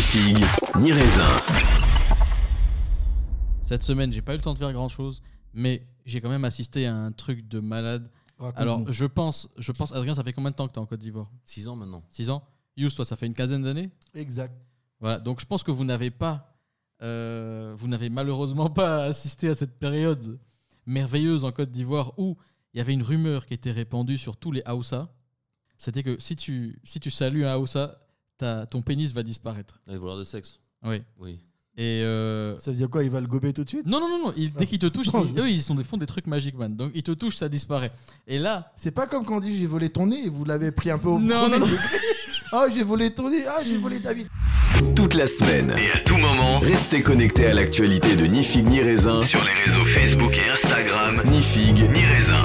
figue, ni raisin. Cette semaine, j'ai pas eu le temps de faire grand chose, mais j'ai quand même assisté à un truc de malade. Alors, je pense, je pense, Adrien, ça fait combien de temps que t'es en Côte d'Ivoire 6 ans maintenant. 6 ans Yous, toi, ça fait une quinzaine d'années exact. Voilà, donc je pense que vous n'avez pas, euh, vous n'avez malheureusement pas assisté à cette période merveilleuse en Côte d'Ivoire où il y avait une rumeur qui était répandue sur tous les Haoussa. C'était que si tu, si tu salues un Haoussa, ta- ton pénis va disparaître. Les voleurs de sexe. Oui. Oui. Et euh, Ça veut dire quoi Il va le gober tout de suite Ah. non, non, non, non, ils- dès qu'ils te touchent, Non, ils- je- eux, ils sont, font des trucs magiques, man. Donc ils te touchent, ça disparaît. Et là, C'est pas comme quand on dit j'ai volé ton nez et vous l'avez pris un peu au Non, premier non, non. degré. Ah, j'ai volé ton nez, ah, j'ai volé David. Toute la semaine et à tout moment, restez connectés à l'actualité de Ni Figue Ni Raisin sur les réseaux Facebook et Instagram Ni Figue Ni Raisin.